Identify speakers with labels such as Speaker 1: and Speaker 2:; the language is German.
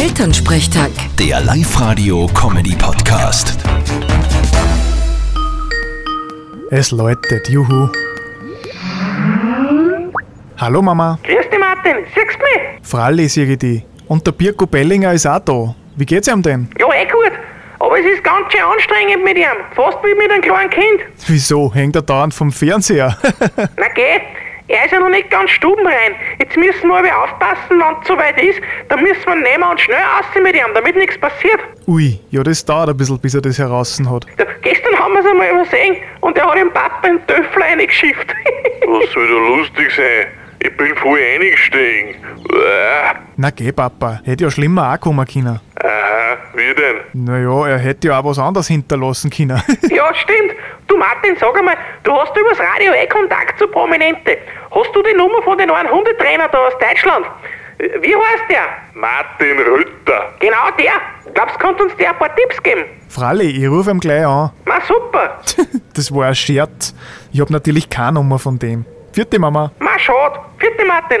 Speaker 1: Elternsprechtag.
Speaker 2: Der Live-Radio-Comedy-Podcast.
Speaker 3: Es läutet, juhu. Hallo Mama,
Speaker 4: Grüß dich, Martin. Siehst du mich?
Speaker 3: Fralli sieg ich dich. Und der Birko Bellinger ist auch da. Wie geht's ihm denn?
Speaker 4: Ja, eh gut. Aber es ist ganz schön anstrengend mit ihm. Fast wie mit einem kleinen Kind.
Speaker 3: Wieso? Hängt er dauernd vom Fernseher?
Speaker 4: Na geh, er ist ja noch nicht ganz stubenrein. Jetzt müssen wir aber aufpassen, wenn es soweit ist. Dann müssen wir ihn nehmen und schnell aussehen mit ihm, damit nichts passiert.
Speaker 3: Ui, ja, das dauert ein bisschen, bis er das heraus hat.
Speaker 4: Da, gestern haben wir es einmal übersehen und er hat dem Papa einen Töffel reingeschifft.
Speaker 5: Was soll da lustig sein? Ich bin voll eingestiegen. Uah,
Speaker 3: Na geh, Papa, hätte ja schlimmer auch kommen können.
Speaker 5: Aha, wie denn?
Speaker 3: Naja, er hätte ja auch was anderes hinterlassen können.
Speaker 4: ja, stimmt. Du, Martin, sag einmal, du hast übers Radio eh Kontakt zu Prominente. Hast du die Nummer von den neuen Hundetrainer da aus Deutschland? Äh, Wie heißt der?
Speaker 5: Martin Rütter.
Speaker 4: Genau der. Glaubst, konnte uns der ein paar Tipps geben?
Speaker 3: Fralli, ich rufe ihm gleich an.
Speaker 4: Na super.
Speaker 3: Das war ein Scherz. Ich hab natürlich keine Nummer von dem. Vierte Mama.
Speaker 4: Na schade. Vierte Martin.